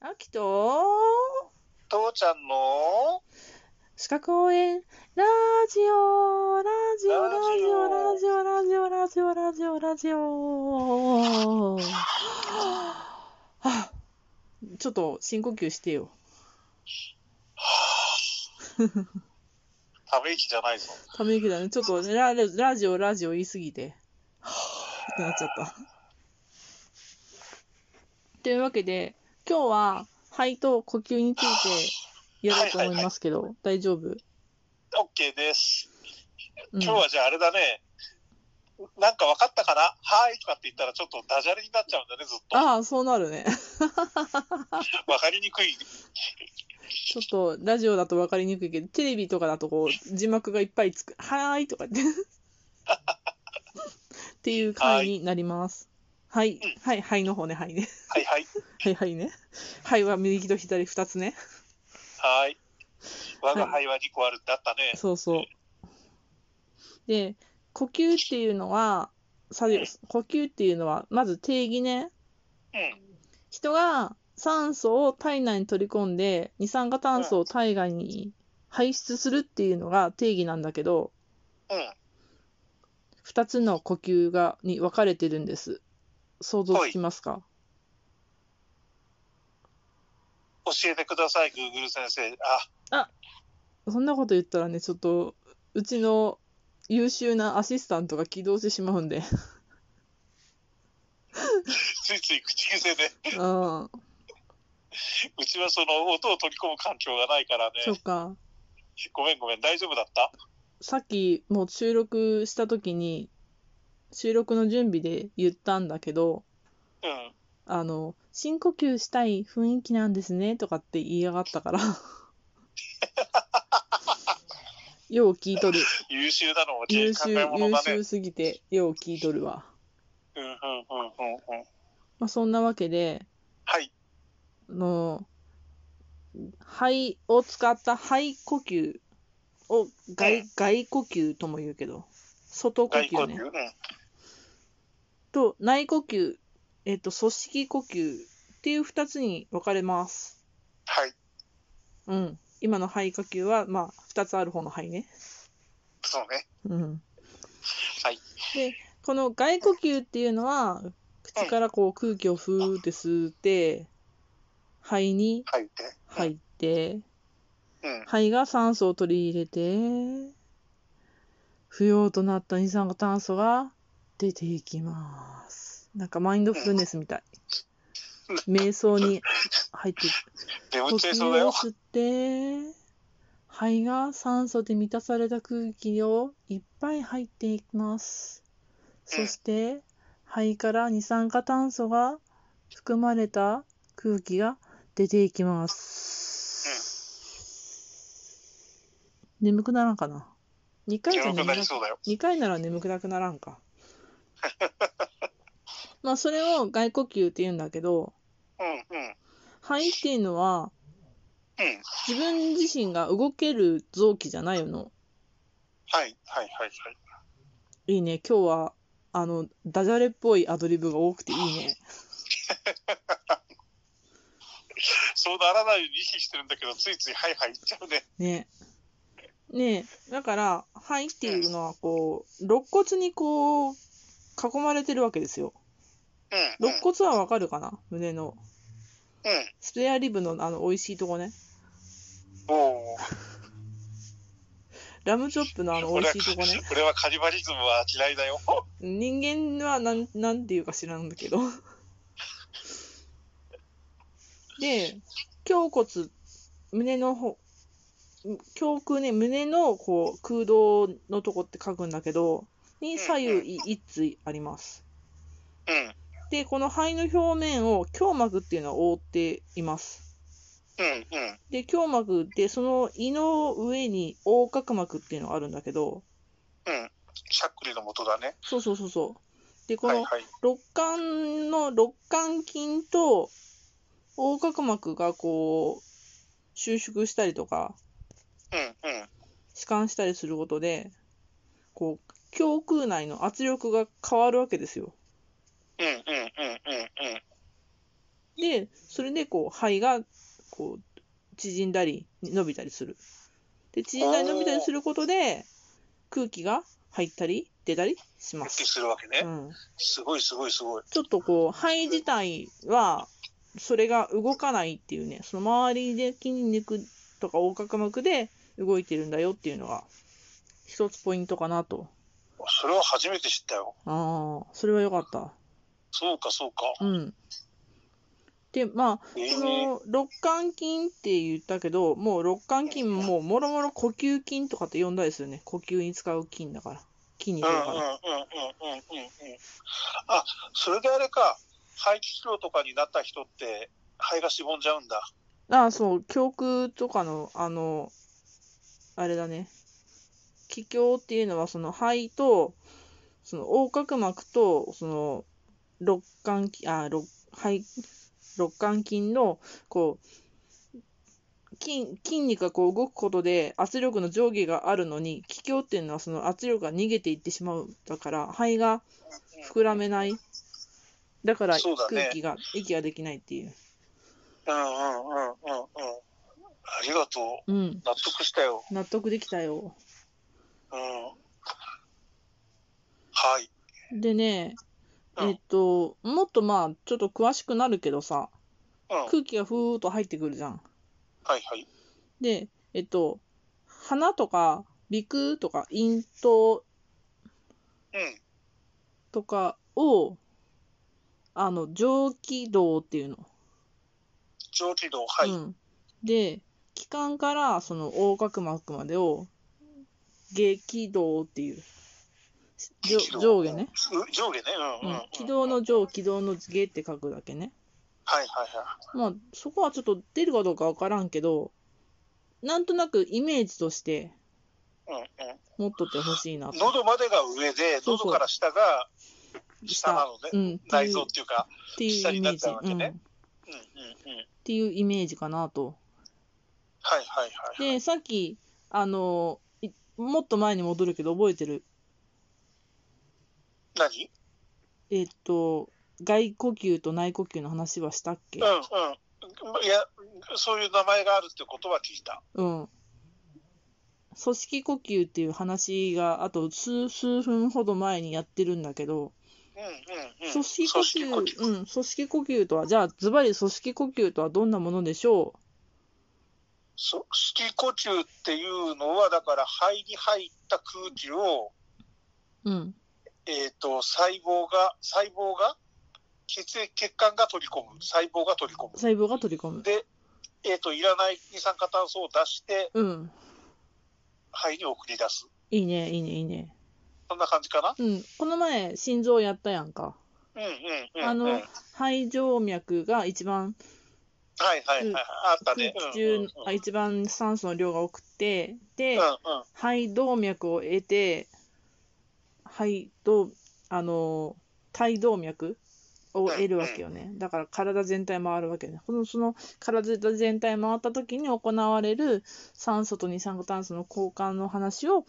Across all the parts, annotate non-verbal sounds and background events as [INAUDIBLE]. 秋と父ちゃんの歯科公園ラジオラジオラジオラジオラジオラジオラジオラジオはあちょっと深呼吸してよため息じゃないぞ。ため息だねちょっとララジオラジオ言いすぎてはあってなっちゃったというわけで今日は肺と呼吸についてやろうと思いますけど、大丈夫、オッケーです。うん今日はじゃああれだね。なんか分かったかなはいとかって言ったらちょっとダジャレになっちゃうんだね、ずっと。ああそうなるね分かりにくい。ちょっとラジオだと分かりにくいけど、テレビとかだとこう字幕がいっぱいつく、はーいとかって。っていう回になります。はい、はい、はいの方ね、はいね。はいはい。はい、はいね。はいは右と左2つね。はい。我が輩は2個あるってあったね。そうそう。で、呼吸っていうのは、さ呼吸っていうのは、まず定義ね。うん。人が酸素を体内に取り込んで、二酸化炭素を体外に排出するっていうのが定義なんだけど、うん。 2つの呼吸がに分かれてるんです。想像つきますか教えてください、グーグル先生。あ、そんなこと言ったらね、ちょっとうちの優秀なアシスタントが起動してしまうんで、ついつい口癖で。うん、そうちはその音を取り込む環境がないからっね。か。ごめんごめん、大丈夫だったさっきもう収録した時に、収録の準備で言ったんだけど、うん。あの、深呼吸したい雰囲気なんですねとかって言いやがったから。よう聞いとる。優秀なのも優考秀、え物優だね。秀すぎてよう聞いとるわ。うんうんうんうんうん。まあ、そんなわけで、はい。あの肺を使った肺呼吸をう外外呼吸とも言うけど、外呼外交吸流ね。うん。と内呼吸、えっと、組織呼吸っていう2つに分かれます。はい。うん。今の肺呼吸は、まあ、2つある方の肺ね。そううね。ん。はい。で、この外呼吸っていうのは、口からこう空気をふーって吸って、肺にはいて。入って、うん。肺が酸素を取り入れて、不要となった二酸化炭素が出ていきます。なんかマインドフルネスみたい。瞑想に入っていく。眠呼っちゃい吸そうだをよ。吸って、肺が酸素で満たされた空気をいっぱい入っていきます。そして、肺から二酸化炭素が含まれた空気が出ていきます。眠くならんかな ?2 回じゃ眠く眠なくなりそうだよ。 2回なら眠くなくならん [LAUGHS] か。まあ、それを外呼吸って言うんだけど、うんうん。うん。肺っていうのは、自分自身が動ける臓器じゃないの。はいはいはいはい。いいね。今日は、あの、ダジャレっぽいアドリブが多くていいね。そうならないように意識してるんだけど、ついついはいはい言っちゃうね。ね。ねえ、だから、肺っていうのは、こう、肋骨にこう、囲まれてるわけですよ。うん。うん肋骨はわかるかな胸の。うん。スペアリブのあの、美味しいとこね。おお。ラムチョップのあの、美俺は味しいとこね。 [LAUGHS] 俺はカニバリズムは嫌いだよ。人間はなんなんていうか知らんだけどで胸骨胸のほ胸腔ね胸のこう空洞のとこって書くんだけどに左右一対ありますうん。でこの肺の表面を胸膜っていうのは覆っていますうんうん。で胸膜でその胃の上に横隔膜っていうのがあるんだけどうん。しゃっくりの元だね。そうそうそうそうでこはのいはい。肋間の肋間筋と横隔膜がこう収縮したりとかうんうん。弛緩したりすることでこう胸腔内の圧力が変わるわけですようんうんうんうんうん。で、それでこう肺がこう縮んだり伸びたりする。で、縮んだり伸びたりすることで空気が入ったり出たりしま復帰す。するわけねう。ん、すごいすごいすごい。ちょっとこう肺自体はそれが動かないっていうね、その周りで筋肉とか横隔膜で動いてるんだよっていうのが一つポイントかなと。それは初めて知ったよ。ああ、それは良かった。そうか、そうか。うん。で、まあ、えこー、の肋間筋って言ったけど、もう肋間筋ももうもろもろ呼吸筋とかって呼んだりするね。呼吸に使う筋だから。筋う肉んうんうんだから。うんうんうんうん。あ、それであれか、肺気胸とかになった人って、肺がしぼんじゃうんだ。ああ、そう、胸腔とかの、あの、あれだね。気胸っていうのは、その肺と、その横隔膜と、その肋間筋、あ、肋、肺、肋間筋の、こう、筋、筋肉がこう動くことで圧力の上下があるのに、気胸っていうのはその圧力が逃げていってしまう。だから、肺が膨らめない。だから、そうだね空気が、息ができないっていう。うんうんうんうんうん。ありがとう。うん。納得したよ。納得できたよ。うん。はい。でね、うんえっと、もっとまあ、ちょっと詳しくなるけどさ、うん。はい空気がふーっと入ってくるじゃん。はい。で、えっと、鼻とか、鼻腔とか、咽頭うん。とかを、あの、上気道っていうの。上気道、はい。ううんん。で、気管からその横隔膜までを、下気道っていう。上上下ね。上下ね。ううんうんん。。気道の上、気道の下って書くだけね。はいはいはまあ、そこはちょっと出るかどうかわからんけど、なんとなくイメージとしてい。うんうん。持っとってほしいなと。喉までが上で、そうそう喉から下が下な下のね。うん、って内いう臓っていうか。っていうイメージ、下になっちゃうわけねうん。っうんうんうん。ていうイメージかなと。はいはいはい。で、さっき、あの、いもっと前に戻るけど覚えてる。何えっと、外呼吸と内呼吸の話はしたっけうんうん。いや、そういう名前があるってことは聞いた。うん。組織呼吸っていう話が、あと数、数分ほど前にやってるんだけど、うんうんうん。組織呼吸、組織呼吸うん、組織呼吸とは、じゃあ、ズバリ組織呼吸とはどんなものでしょそ式呼吸っていうのは、だから肺に入った空気を、ううん、えー、と細胞が、細胞が血液、血管が取り込む、細胞が取り込む。細胞が取り込む。で、えーと、いらない二酸化炭素を出して、うん、肺に送り出す。いいね、いいね、いいね。そんな感じかな。うん、この前、心臓やったやんか。うんうんうん、うん。あのはい肺静脈が一番はいはいはい。あった空ね。気うんうん中、あ一番酸素の量が多くて、で、うんうん肺動脈を得て、肺動、あの、体動脈を得るわけよね。だから体全体回るわけね。この、その体全体回った時に行われる酸素と二酸化炭素の交換の話を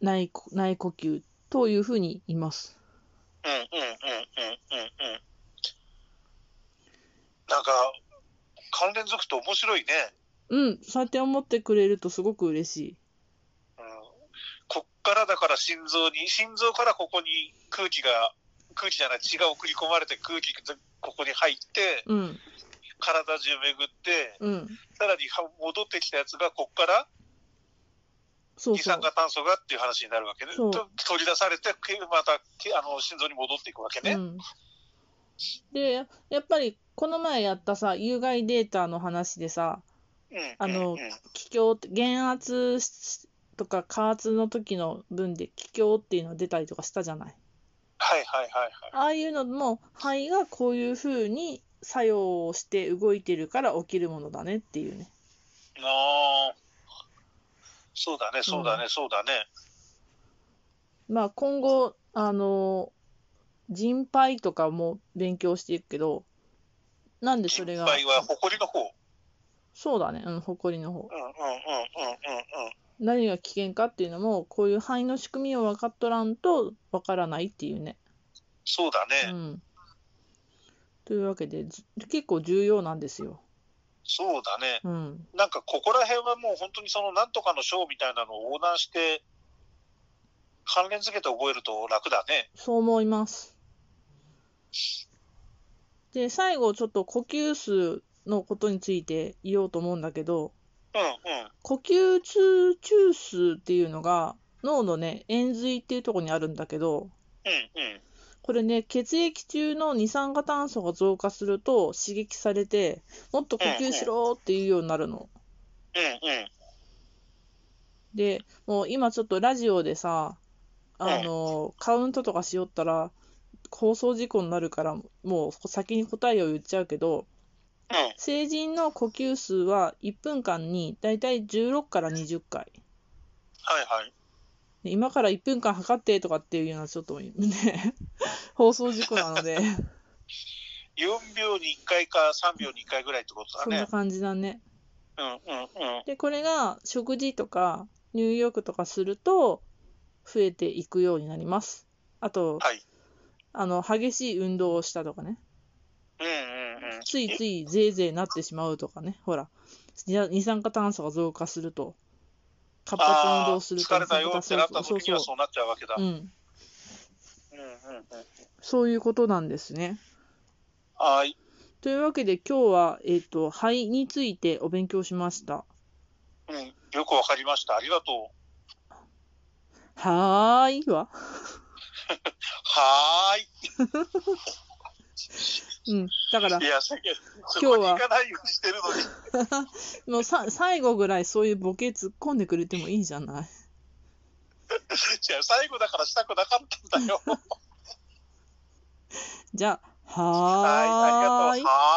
内呼、内呼吸というふうに言います。うんうんうんうんうんうん。なんか、関連づくと面白いね。うん、そうやって思ってくれるとすごく嬉しい。うんこっからだから心臓に、心臓からここに空気が、空気じゃない、血が送り込まれて空気がここに入って、うん、体中巡って、うん。さらには戻ってきたやつが、こっからそう二そう酸。化炭素がっていう話になるわけね。そうと取り出されて、けまたけあの心臓に戻っていくわけうね。ん、で、ややっぱりこの前やったさ、有害データの話でさ、うんうんあのうんうん気胸って減圧しとか加圧の時の分で気胸っていうのが出たりとかしたじゃないはいはいはいはい。ああいうのも肺がこういう風に作用をして動いてるから起きるものだねっていうねあーそうだね、そうだね、うそうだね。まあ今後あの人肺とかも勉強していくけどなんでそ心れが配は埃の方。うんそうだねうん埃の方うんうんうんうんうん。何が危険かっていうのもこういう肺の仕組みを分かっとらんと分からないっていうねそうだね。うん、というわけで、ず結構重要なんですよ。そうだね。うん。なんかここら辺はもう本当にそのなんとかの章みたいなのを横断して、関連付けて覚えると楽だね。そう思います。で、最後、ちょっと呼吸数のことについて言おうと思うんだけど、うんうん。呼吸痛中枢っていうのが、脳のね、円髄っていうところにあるんだけど、うんうん。これね、血液中の二酸化炭素が増加すると刺激されて、もっと呼吸しろっていうようになるの。うんうん。で、もう今ちょっとラジオでさ、あの、カウントとかしよったら、放送事故になるから、もう先に答えを言っちゃうけど、うん。成人の呼吸数は1分間にだいたい16から20回。はいはい。で今から1分間測ってとかっていうのはちょっとね、 [LAUGHS] 放送事故なので、 4秒に1回か3秒に1回ぐらいってことだそんなね。感じだね。うんうんうん。で、これが食事とか入浴とかすると増えていくようになります。あと、はい。あの、激しい運動をしたとかね。うんうんうん。ついついぜいぜいなってしまうとかね。ほら、二二酸化炭素が増加すると、活発な運あ動あをすー、ると、疲れたよってなったそう時そにうはそうなっちゃうわけだ。そう。うん。うんうんうん。そういうことなんですね。はい。というわけで今日は、えっ、と、肺についてお勉強しました。うん。よくわかりました。ありがとう。はーいは。はうん。だからーい。い、や、世間、そ今こ日には行かないようにしてるのに。もうさ最後ぐらいそういうボケ突っ込んでくれてもいいじゃない。じゃあ最後だからしたくなかったんだよ。じゃあ、はい、あはーりいがとう。。はーい。